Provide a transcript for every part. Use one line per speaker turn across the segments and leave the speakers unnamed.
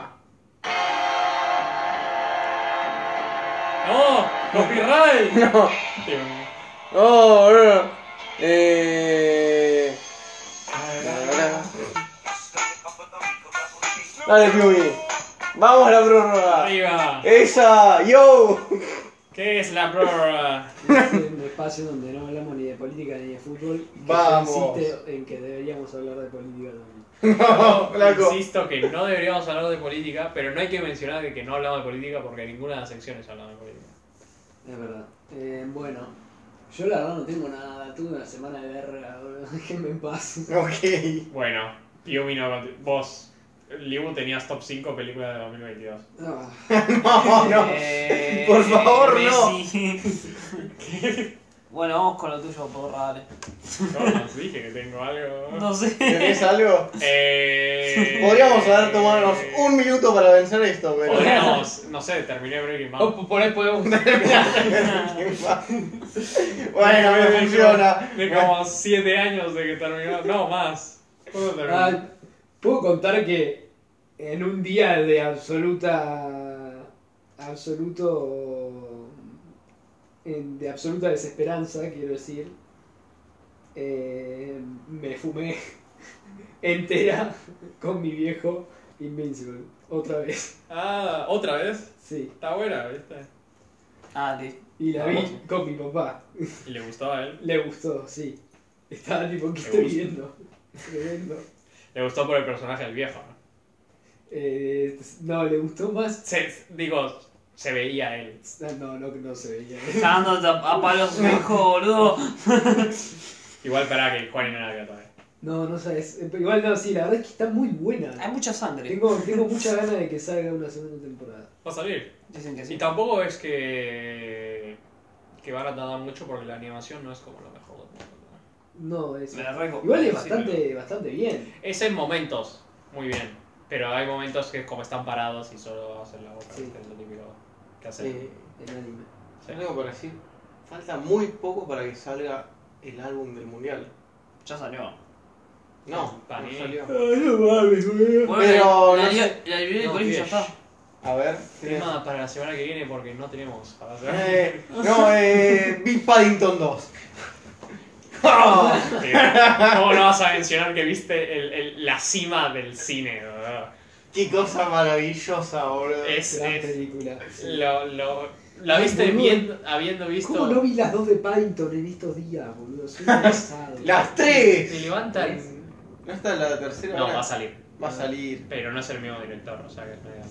no. Oh, bro. Eh. Dale, Piumi. Vamos a la prórroga.
Arriba.
Esa, yo.
¿Qué es la prórroga?
Es un Este espacio donde no hablamos ni de política ni de fútbol. que
Vamos.
consiste en que deberíamos hablar de política también.
No, flaco.
Insisto que no deberíamos hablar de política, pero no hay que mencionar de que no hablamos de política porque ninguna de las secciones hablaba de política.
Es verdad. Eh, bueno, yo la verdad no tengo nada. Tuve una semana de verga, boludo. Déjenme en paz.
Ok.
Bueno, Piumi no conti- Vos, Liu, tenías top 5 películas de 2022.
Ah,
No, no.
Eh,
Por favor, no.
Messi. bueno, vamos con lo tuyo, porra, dale.
No, no, dije que tengo algo.
No sé.
¿Tenés algo?
Eh,
Podríamos haber tomarnos un minuto para vencer esto, pero.
Podríamos, no sé, terminé Breaking Bad.
O por ahí podemos.
bueno, me
De- de-
funciona.
De como 7 años de que terminó. No, más. ¿Cuándo terminó?
Ah, Puedo contar que en un día de absoluta. absoluto. en- de absoluta desesperanza, quiero decir. eh, me fumé entera con mi viejo Invincible. Otra vez.
Ah, otra vez.
Sí.
Está buena, ¿viste?
Ah, listo.
Y la vi
Vamos.
con mi papá.
Y le gustaba a él.
Le gustó, sí. Estaba tipo, ¿qué
Le
estoy
gusta.
viendo? Tremendo.
Le gustó por el personaje del viejo. ¿no?
Eh, no, le gustó más.
Se, digo, se veía él.
No, no, no se veía.
Cagándote a, a palos su hijo, boludo.
Igual para que Juan y no la vio todavía.
No, no sabes. Eh, pero Igual no, sí, la verdad es que está muy
Hay
buena.
mucha sangre.
Tengo, tengo mucha ganas de que salga una segunda temporada.
Va a salir.
Dicen que
Y
sí.
tampoco es que. que van a tardar mucho porque la animación no es como lo mejor del mundo. ¿no?
No, es.
Me la reco-
Igual es
sí,
bastante, bastante bien.
Es en momentos, muy bien. Pero hay momentos que como están parados y solo hacen la boca.
Sí.
¿viste? Es lo típico que hacen.
eh, el anime.
Sí.
Algo para decir. Falta muy poco para que salga el álbum del mundial.
pero Ya salió.
No,
Ah, Para
no
mí.
salió.
Bueno,
Pero,
la,
no
la,
sé.
la librería de
No,
colegio
bien.
ya está.
A ver.
Tema para la semana que viene porque no tenemos para hacer.
Eh, no, eh. Big Paddington 2. Ah,
¿Cómo no vas a mencionar que viste el- el- la cima del cine? ¿verdad?
¡Qué cosa maravillosa, boludo!
Es,
Gran
es-
película. sí.
lo, lo- la
Ay,
viste
boludo.
bien, habiendo visto.
¿Cómo no vi las dos de Paddington en estos días, boludo? Soy un pesado.
¡Las
Me
tres!
levantan.
¿No está la tercera?
No,
Ahora
va a salir.
va a salir.
Pero no es el mismo director, o sea que es medio.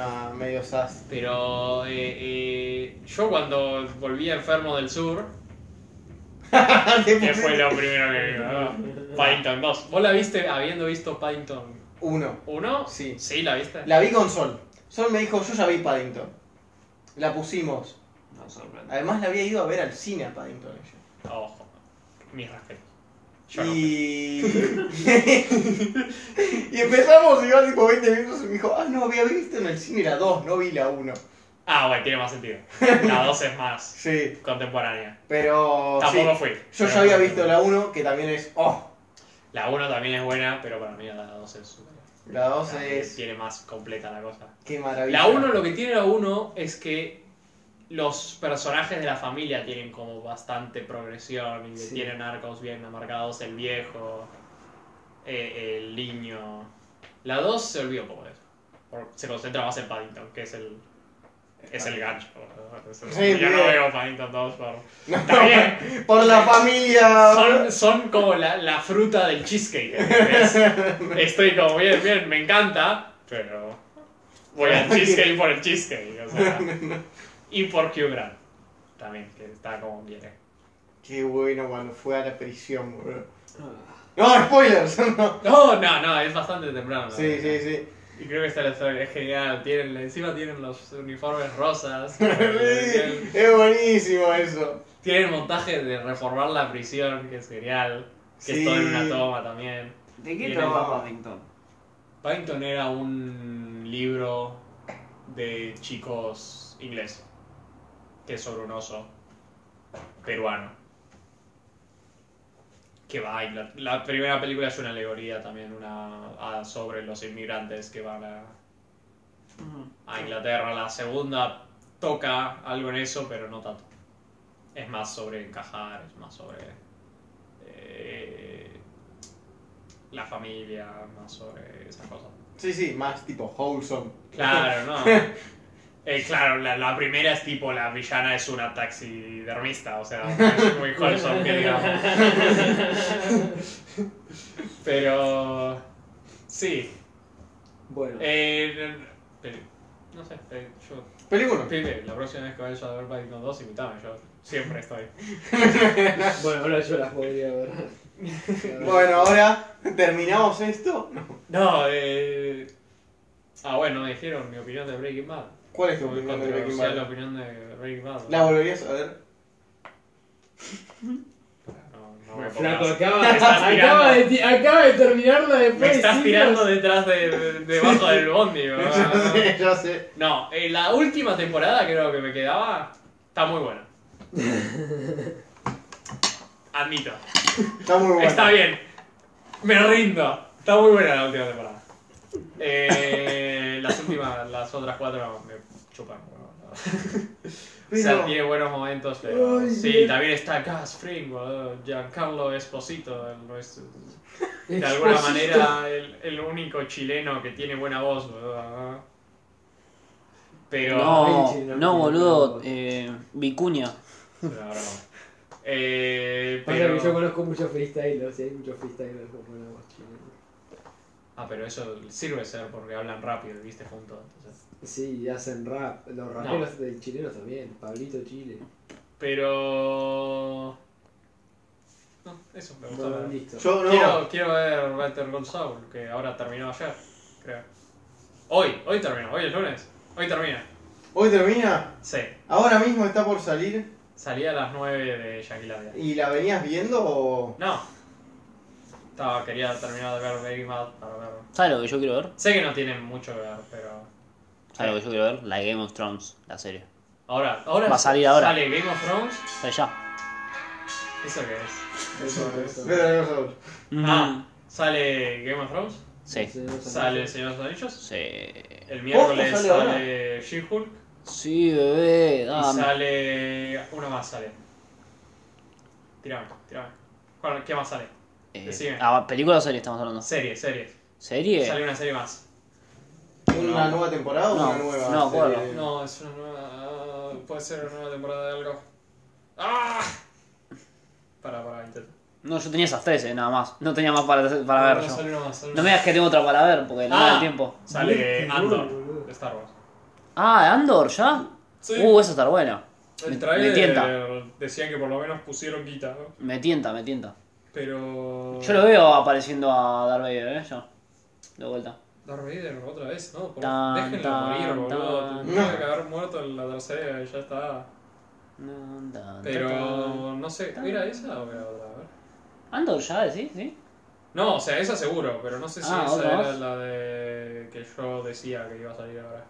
Ah, medio sas.
Pero eh, eh, yo cuando volví enfermo del sur, que fue lo primero que vi, ¿no? Paddington 2. ¿Vos la viste habiendo visto Paddington
Uno.
1?
Sí.
Sí, la viste.
La vi con Sol. Sol me dijo, yo ya vi Paddington. La pusimos.
No sorprende.
Además la había ido a ver al cine a Paddington. ella.
Ojo. Mis respetos. Yo no.
y... y empezamos igual tipo 20 minutos y me dijo, ah, no, había visto en el cine la 2, no vi la 1.
Ah, bueno, tiene más sentido. La 2 es más
Sí,
contemporánea.
pero... Oh, sí.
Tampoco fui.
Yo ya había visto la 1, que también es, oh,
La 1 también es buena, pero para mí la 2 es super.
la 2
la-
es...
Tiene más completa la cosa.
Qué maravilla.
La 1, lo que tiene la 1 es que los personajes de la familia tienen como bastante progresión y
Sí.
tienen arcos bien marcados. El viejo, eh, el niño. La 2 se olvidó un poco de eso. Por- Se concentra más en Paddington, que es el. Es el gancho. Es el-
Ah. Sí,
Yo no
bien.
veo Paddington 2 por.
No,
Está bien.
Por la familia...
Son, son como la, la fruta del cheesecake. ¿entendés? Estoy como bien, bien, me encanta, pero voy al cheesecake por el cheesecake. o sea. y por Q Grant también, que está como bien. eh.
Qué bueno cuando fue a la prisión, boludo.
Ah,
No, spoilers. No.
No, Oh, no, no, es bastante temprano. la
Sí, sí,
verdad.
sí.
Y creo que esta la historia es genial. Tienen, encima tienen los uniformes rosas.
Sí,
tienen,
es buenísimo eso.
tienen montaje de reformar la prisión, que es genial. Que
Sí.
es todo en una toma también.
¿De qué
Bien,
trata
no.
Paddington?
Paddington era un libro de chicos inglés, que es sobre un oso peruano. Que va a Inglaterra. La primera película es una alegoría también una, a- sobre los inmigrantes que van a,
Ujú. Ah,
a Inglaterra. La segunda toca algo en eso, pero no tanto. Es más sobre encajar, es más sobre eh, la familia, más sobre esas cosas.
Sí, sí, más tipo wholesome.
Claro, no. Eh, claro, la, la primera es tipo, la villana es una taxidermista, o sea, no es muy wholesome, que digamos. Pero, sí.
Bueno,
Eh, pero, no sé, eh, yo
Película.
Pibe, la próxima vez que vayas a ver Paddington 2, invítame, yo siempre estoy.
Bueno, ahora yo las podría ver.
Bueno, ahora terminamos esto.
No, eh... Ah, bueno, me dijeron mi opinión de Breaking Bad.
¿Cuál es tu
Muy
opinión de
controversial
Breaking
la
Bad?
opinión de Breaking Bad.
¿La volverías a ver?
No, no me
Flaco,
pongas.
acaba,
Me estás
acaba
tirando.
de, ti- acaba de terminarla después.
Me estás
sí,
tirando detrás de, de- debajo del bondi.
Yo
¿verdad?
sé, yo sé.
No, eh, la última temporada creo que me quedaba está muy buena. Admito.
Está muy bueno.
Está bien. Me rindo. Está muy buena la última temporada. Eh, las últimas, las otras cuatro me chupan. huevo, ¿no? O sea, tiene buenos momentos, pero...
Ay,
sí,
Dios.
también está Gas Fring, boludo. Giancarlo Esposito. el nuestro- de alguna
Exposito.
manera, el, el único chileno que tiene buena voz, boludo. Pero...
No,
Pinche, no,
no,
no.
boludo. Eh, Vicuña.
pero no. Eh,
Pasa
pero...
que yo conozco muchos freestylers y hay muchos freestylers con buena voz chilena.
Ah, pero eso sirve ser porque hablan rápido, viste, juntos. entonces.
Sí, y hacen rap. Los raperos del chileno también. Pablito Chile.
Pero. No, eso me gustó.
Bueno, listo.
Yo no.
quiero, quiero ver Better Call Saul, que ahora terminó ayer, creo. Hoy, hoy terminó, hoy es lunes. Hoy termina.
Hoy termina.
Sí.
Ahora mismo está por salir.
Salí a las 9 de Shaquilandia.
¿Y la venías viendo o.?
No. Estaba, quería terminar de ver Baby Mad para ver.
¿Sabes lo que yo quiero ver?
Sé que no tienen mucho que ver, pero.
¿Sabes lo que yo quiero ver? La de Game of Thrones, la serie.
Ahora, ahora.
Va a salir ahora.
Sale Game of Thrones.
Está ya.
¿Eso qué es?
Eso, eso.
Better Call Saul.
Mm.
Ah, sale Game of Thrones.
Sí.
Sí, no sé.
Sale El Señor de los Anillos.
Sí.
El miércoles
sale ahora?
sale She-Hulk
Sí, bebé.
y
Dame.
sale. Una más sale. Tirame, tirame. ¿Cuál- ¿Qué más sale?
Eh,
decime.
ah, ¿Película o serie estamos hablando?
Serie, serie. Sale
¿Serie?
una serie más.
¿Una nueva temporada o
No,
una nueva?
no,
serie?
bueno,
No, es una nueva. ah, puede ser una nueva temporada de algo. ¡Ah! Para, para, intento.
No, yo tenía esas tres, eh, nada más. No tenía más para, para
No,
ver
no,
yo.
sale una más. Sale
No
una
me
más.
digas que tengo otra para ver, porque no me da
Ah.
tiempo.
Sale
Qué
Andor
boludo.
de Star Wars.
Ah, Andor, ¿ya?
Sí.
Uh, eso está bueno. me-
El
me
trailer
tienta.
decía que por lo menos pusieron guita, ¿no?
Me tienta, me tienta.
Pero.
Yo lo veo apareciendo a Darth Vader, ¿eh? Yo. De vuelta.
Darth Vader otra vez, no, por...
Tan,
déjenlo
tan,
morir, boludo.
tan.
Tendría que haber muerto en la tercera y ya está.
Nan, tan, tan.
Pero no sé, ¿era esa o era otra? A ver.
Andor, ¿ya decís? ¿Sí?
No, o sea, esa seguro, pero no sé si
Ah,
esa
¿otra
era
más?
la de que yo decía que iba a salir ahora.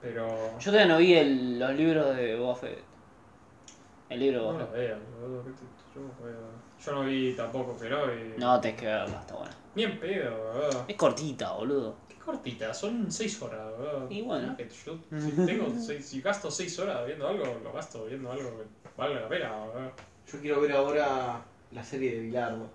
Pero.
Yo todavía no vi el- los libros de Boba Fett. El libro de
no
Boba
la
Fett.
veo, boludo. ¿qué te- Yo no, veo. Yo no vi tampoco, pero. Y...
No, tenés que verla, está buena.
Ni en pedo, boludo.
Es cortita, boludo.
Qué cortita, son 6 horas, boludo.
Y bueno.
Que Yo, si, tengo seis- si gasto 6 horas viendo algo, lo gasto viendo algo que valga la pena, boludo.
Yo quiero ver ahora la serie de Bilardo.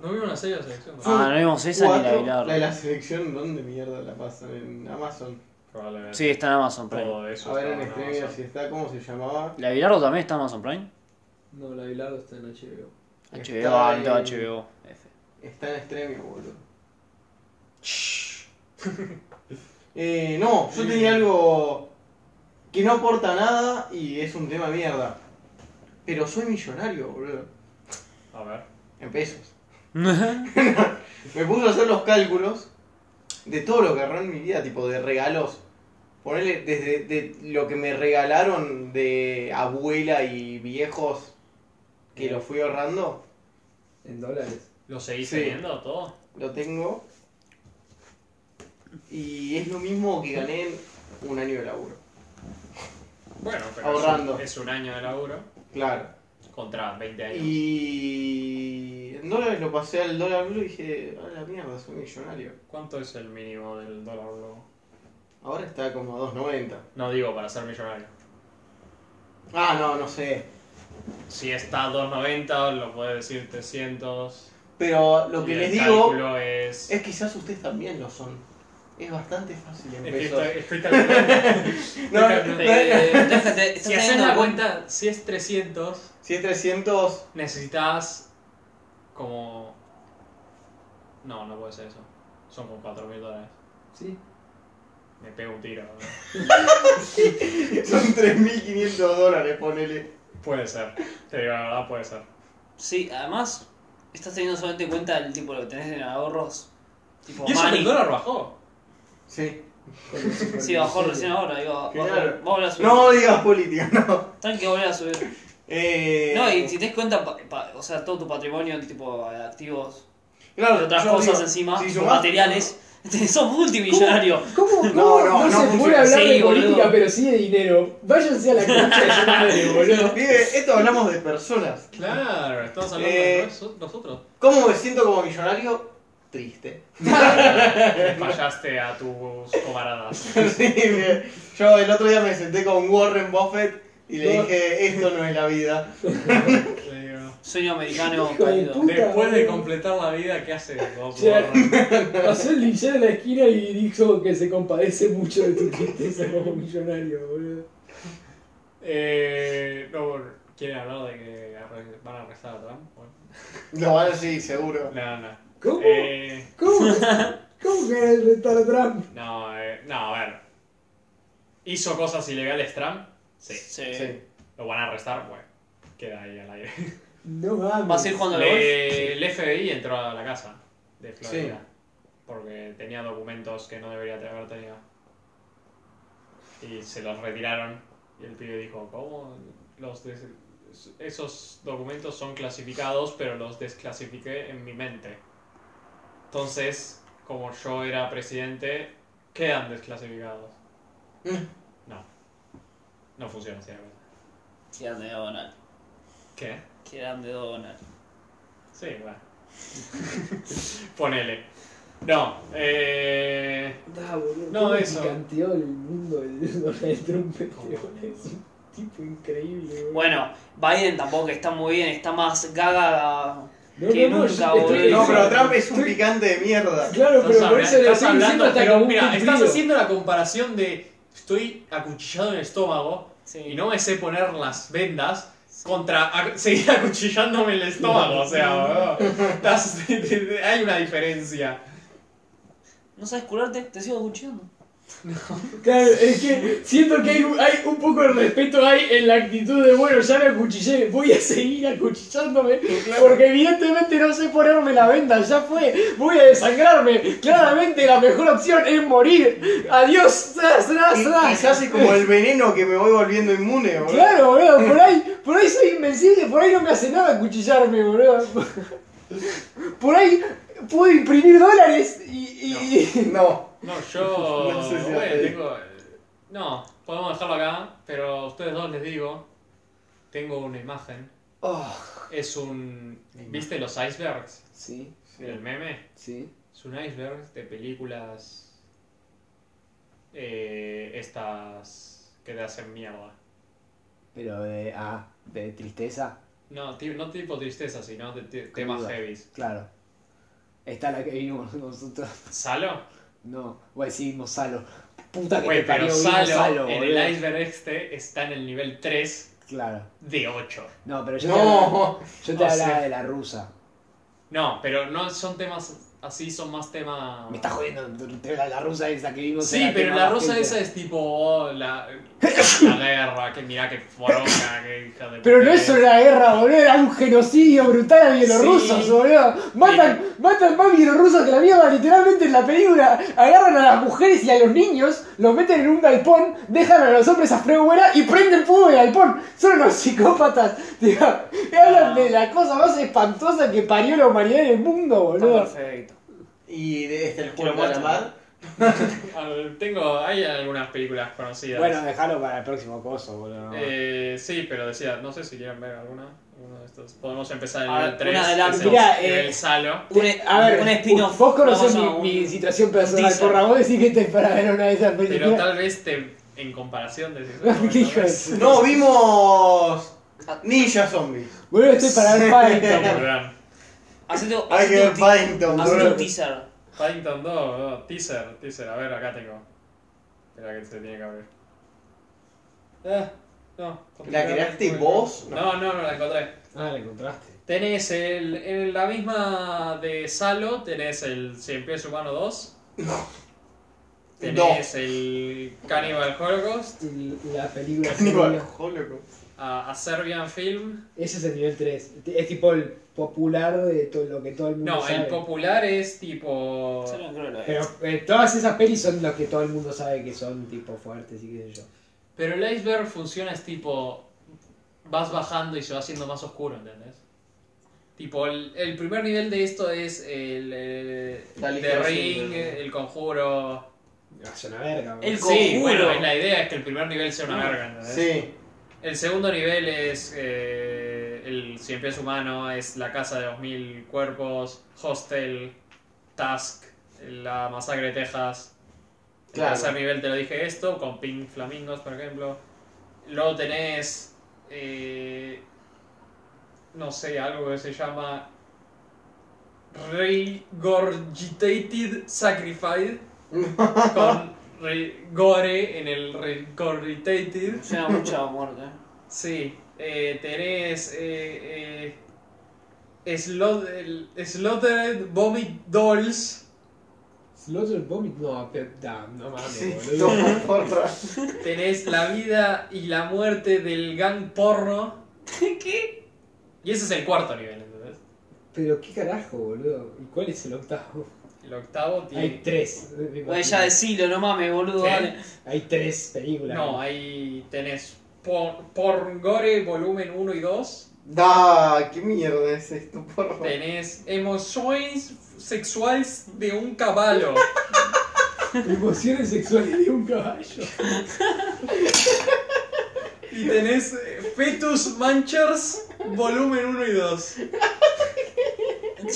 No vimos una serie de selección. ¿no?
Ah, no vimos esa ni la
Cuatro,
vi,
La de
verdad.
la selección, ¿dónde mierda la pasan? En Amazon.
Probablemente.
Sí, está en Amazon Prime.
Todo eso.
A ver en
estaba en
streaming
Amazon.
si está, ¿cómo se llamaba?
¿La Bilardo también está en Amazon Prime?
No, la Bilardo está en HBO.
HBO,
Está
ah, no,
en-
HBO. F.
Está en streaming, boludo. Eh, no, yo tenía algo que no aporta nada y es un tema mierda. Pero soy millonario, boludo.
A ver.
En pesos. Me puse a hacer los cálculos de todo lo que agarré en mi vida, tipo de regalos. Ponerle desde de lo que me regalaron de abuela y viejos que lo fui ahorrando.
En dólares.
¿Lo seguís
Sí.
teniendo todo?
Lo tengo. Y es lo mismo que gané en un año de laburo.
Bueno, pero es un-
Ahorrando.
Es, un año de laburo
Claro.
contra 20 años.
Y en dólares lo pasé al dólar blue y dije, a la mierda, soy millonario.
¿Cuánto es el mínimo del dólar blue?
Ahora está como a 2.90.
No digo para ser millonario.
Ah, no, no sé.
Si está a 290, lo puede decir 300.
Pero lo
y
que
el
les digo
cálculo es.
es quizás ustedes también lo son. Es bastante fácil en
Es que
pesos.
estoy, estoy calculando.
No,
estoy
no,
calculando.
no, no.
Si haces la cuenta, si es 300,
Si es 300,
necesitas como. No, no puede ser eso. Son como 4.000 dólares.
Sí.
Me pego un tiro. ¿no?
son 3.500 dólares, ponele.
Puede ser. Te digo la verdad, puede ser.
Sí, además, estás teniendo solamente en cuenta el tipo lo que tenés en ahorros. Tipo,
Y eso que
money.
el dólar bajó.
Sí.
Sí, bajó recién ahora, digo.
Claro.
Va va a volver a subir.
No digas política, no.
Tranqui, va a volver a subir.
Eh,
No, y si te das cuenta, pa- pa- o sea, todo tu patrimonio, tipo, eh, activos y
claro,
otras
yo
cosas
digo,
encima,
si
tipo
sumás-
materiales, sos multimillonario.
¿Cómo?
No,
¿Cómo?
no,
No,
no
se puede
funciona.
hablar de
Sí,
política,
boludo.
pero sí de dinero. Váyanse a la concha de su madre, boludo.
Pibe, esto hablamos de personas.
Claro, estamos hablando
Eh.
de nos- nosotros.
¿Cómo me siento como millonario? Triste.
Fallaste a tus camaradas.
Sí, bien. yo el otro día me senté con Warren Buffett y le
No.
dije, esto no es la vida.
Le digo,
Sueño americano
Hijo de
caído.
puta.
Después de completar la vida, ¿qué haces vos?
Ya.
Warren?
Pasó el DJ de la esquina y dijo que se compadece mucho de tu tristeza como millonario, boludo.
Eh, no, ¿Quieren hablar de que arre- van a arrestar a Trump? Bueno,
Lo van a decir, seguro.
No, no.
¿Cómo?
Eh,
¿Cómo? ¿Cómo querés retar a Trump?
no, eh, no, a ver. ¿Hizo cosas ilegales Trump? Sí.
Sí.
Sí.
¿Lo van a arrestar? Bueno, queda ahí al aire.
No mames.
¿Vas a ir jugando al golf?
Le- Eh, el FBI entró a la casa de Florida porque tenía documentos que no debería de haber tenido. Y se los retiraron. Y el pibe dijo, ¿cómo? Los des- esos documentos son clasificados, pero los desclasifiqué en mi mente. Entonces, como yo era presidente, quedan desclasificados.
Mm.
No. No funciona así, la verdad.
Quedan de Donald.
¿Qué?
Quedan de Donald.
Sí, bueno. Ponele. No, eh.
Da, boludo.
No,
cómo
eso.
picanteó el mundo de Donald Trump.
¿Cómo,
pero
boludo?
Es un tipo increíble, boludo.
Bueno, Biden tampoco está muy bien, está más gaga.
No,
que
no, no,
nunca,
yo te estoy
boludo.
No, pero
diciendo-
Trump es un
estoy-
picante de mierda.
Claro, pero
estás
por
habla-
eso le
estás
estoy diciendo
hablando,
hasta
pero
como un
mira,
cumplido.
estás haciendo la comparación de estoy acuchillado en el estómago y no me sé poner las vendas contra ac- seguir acuchillándome el estómago. O sea, boludo, estás- hay una diferencia.
¿No sabes curarte? Te sigo escuchando.
Claro, es que siento que hay, un- hay un poco de respeto hay en la actitud de, bueno, ya me acuchillé, voy a seguir acuchillándome, porque evidentemente no sé ponerme la venda, ya fue, voy a desangrarme, claramente la mejor opción es morir, adiós, tras, tras,
Y-
tras.
Quizás es como el veneno que me voy volviendo inmune, boludo.
Claro, boludo, por ahí, por ahí soy invencible, por ahí no me hace nada acuchillarme, boludo. Por ahí puedo imprimir dólares y... y-
No.
No, yo.
No sé si
bueno,
hacer.
tengo- eh, no, podemos dejarlo acá, pero a ustedes dos les digo: tengo una imagen.
Oh,
Es un. ¿Viste los icebergs?
Sí,
El meme.
sí.
Es un iceberg de películas. eh, estas. que te hacen mierda.
Pero de, ah, de tristeza,
No, ti- no tipo tristeza, sino de te- temas
Cruda.
heavies.
claro. Está la que vimos nosotros.
¿Salo?
No, güey, sí vimos Salo. Puta que
Güey,
te parió,
pero
vimos
Salo,
Salo,
en
boludo.
el iceberg este está en el nivel 3
Claro.
de 8.
No, pero yo te hablaba,
no.
yo te
O
hablaba
sea-
de la rusa.
No, pero no son temas así, son más temas.
Me está jodiendo te- la, la rusa esa que vimos.
Sí,
era
pero
tema
la
más
rosa
gente.
esa es tipo oh, la, la guerra, que mirá que poronga, que hija de
Pero
puta
no es
que
solo una guerra, boludo, era un genocidio brutal a bielorrusos,
Sí.
boludo. Matan, matan más bielorrusos que la mierda, literalmente en la película. Agarran a las mujeres y a los niños, los meten en un galpón, dejan a los hombres a fuera y prenden fuego el galpón. Son unos psicópatas. Digo,
Ah.
hablan de la cosa más espantosa que parió la humanidad en el mundo,
Está
boludo.
perfecto.
Y de este el
Quiero
juego de
mucho.
mar.
Al- Tengo, hay algunas películas conocidas.
Bueno, déjalo para el próximo coso, boludo.
Eh, sí, pero decía, no sé si quieren ver alguna. Uno de estos. Podemos empezar en
A
Ah,
el
ver,
3.
una de las-
Mirá,
el,
eh,
Salo.
Un, e-
A ver,
un spin-off.
Vos conocés mi,
Vamos a un-
mi situación personal,
teaser.
porra, vos decís que te es este para ver una de esas
Pero
películas.
tal vez te en comparación de...
Qué hijo de
Muy
puta.
No, vimos. Ninja Zombies.
Boludo, estoy para ver Paddington. boludo.
gran.
Hacete un
Hay que ver
teaser.
Paddington,
Hacete
boludo.
un teaser.
Paddington 2, boludo. teaser, teaser, a ver, acá tengo. Espera que se tiene que abrir. Eh, no.
¿La creaste vos?
No, no, no la encontré.
Ah, la encontraste.
Tenés el, en la misma de Salo, tenés el Cien Pies Humano 2. Tenés el Cannibal Holocaust,
Y La película.
Aníbal
seria.
Holocaust.
a, a Serbian Film.
Ese es el nivel 3. Es tipo el popular de todo lo que todo el mundo
No,
sabe.
el popular es tipo.
Yo no creo que lo
Pero eh, todas esas pelis son las que todo el mundo sabe que son tipo fuertes y qué sé yo.
Pero el iceberg funciona es tipo. Vas bajando y se va haciendo más oscuro, ¿entendés? Tipo, el, el primer nivel de esto es el. eh,
La lista
The
de
Ring,
Schindler.
el conjuro.
No, Ah, Es una verga. boludo.
El
Sí, bueno,
Conjuro.
la idea es que el primer nivel sea una verga, ¿entendés?
Ah. Sí.
El segundo nivel es eh, el Cien Pies Humano, es la casa de los mil cuerpos, Hostel, Task, la masacre de Texas.
Claro.
El tercer nivel te lo dije esto, con Pink Flamingos, por ejemplo. Luego tenés, eh, no sé, algo que se llama Regurgitated Sacrified, con re- gore en el Regurgitated.
Suena mucho a muerte.
Sí, eh, tenés eh, eh, Slot- el- Slaughtered Vomit Dolls,
Slaughter Vomit, no, pe- da, no mames,
Sí,
boludo.
no, porra.
tenés la vida y la muerte del gang porno,
¿Qué?
y ese es el cuarto nivel, ¿entendés?
Pero qué carajo, boludo. ¿Y cuál es el octavo?
El octavo
Hay
tiene...
tres. me
Güey,
imagino.
ya decilo, no mames, boludo,
¿Qué?
dale.
Hay tres películas.
No, ahí tenés por, Porngore Volumen 1 y 2,
Da, qué mierda es esto, porra.
tenés Emociones Sexuales de un Caballo.
Emociones sexuales de un caballo.
Y tenés eh, Fetus Manchers volumen 1 y 2.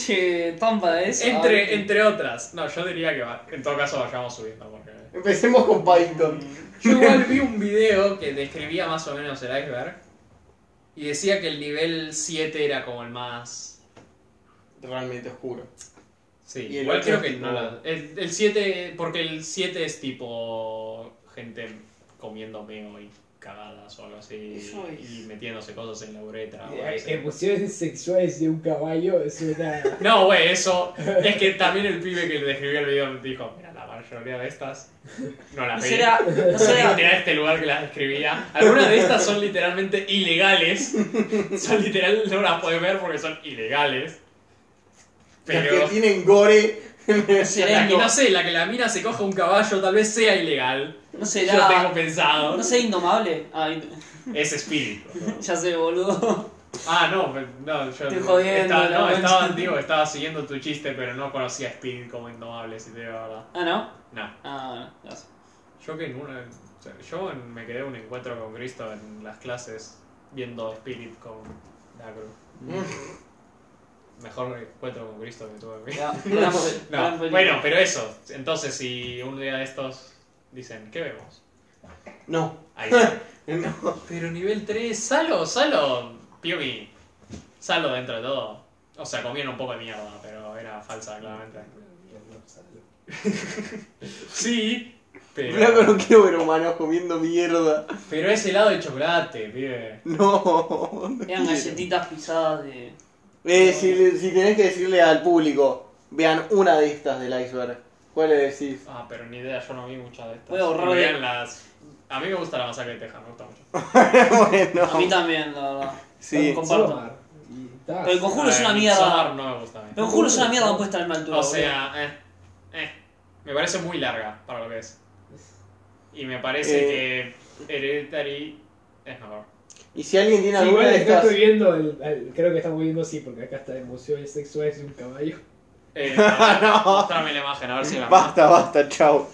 Che, pampa ¿eh? de eso.
Entre, entre otras. No, yo diría que va- en todo caso vayamos subiendo. Porque...
Empecemos con Paddington.
Yo igual vi un video que describía más o menos el iceberg. Y decía que el nivel 7 era como el más...
Realmente oscuro.
Sí,
Y el
igual
otro
creo que
tipo-
no la- El, el 7, porque el 7 es tipo gente comiendo meo y cagadas o algo así.
Eso es.
Y metiéndose cosas en la uretra. o algo
Eh,
así.
Emociones sexuales de un caballo es una.
No, güey, eso. Es que también el pibe que le describió el video dijo: Mira, la mayoría de estas no
No
las vi.
será, no será,
Literal, este lugar que las describía. Algunas de estas son literalmente ilegales. Son literal, no las puedes ver porque son ilegales. Pero.
Las que tienen gore.
La que, no sé, la que la mina se coja un caballo tal vez sea ilegal.
no
Yo tengo
será,
pensado.
no será indomable. Ay,
Es espíritu.
ya sé, boludo.
Ah, no, no, yo.
Estoy jodiendo,
estaba, no,
la
estaba,
concha.
digo, estaba siguiendo tu chiste, pero no conocía a Spirit como indomable, si te digo la verdad.
Ah, ¿no?
No.
Ah, bueno, gracias.
Yo que en una, o sea, yo en- me quedé un encuentro con Cristo en las clases viendo Spirit con la cruz.
mm,
Mejor encuentro con Cristo que tuve en mi vida.
Gran- gran pe-
No,
gran película.
bueno, pero eso. Entonces, si un día de estos dicen, ¿qué vemos?
No.
Ahí está.
No.
Pero nivel 3, salo, salo, Piumi. Salo dentro de todo. O sea, comían un poco de mierda, pero era falsa, claramente. Sí,
Flaco,
pero,
no quiero ver humanos comiendo mierda.
pero es helado de chocolate, pibe.
No. no
Eran
quiero.
galletitas pisadas de.
Eh, si, si tenés que decirle al público, vean una de estas del iceberg. ¿Cuál le decís?
Ah, pero ni idea, yo no vi muchas de estas.
Voy a borrar
Ni
de-
vean las... A mí me gusta la masacre de Texas, me gusta mucho.
A mí
bueno.
también, la verdad.
Sí.
Comparto.
Somar. Y ta.
Pero el conjuro es
Eh,
una mierda.
Midsommar no me gusta a mí.
El conjuro es una mierda, no puede estar en una altura.
O sea, eh, eh, me parece muy larga para lo que es. Y me parece que Hereditary es mejor.
Y si alguien tiene
Sí,
alguna
igual
de
acá
estas.
estoy viendo, el- el- creo que estamos viendo sí, porque acá está emociones sexuales de un caballo.
Eh, no, mostrame la imagen, a ver si la
Basta, basta, chao.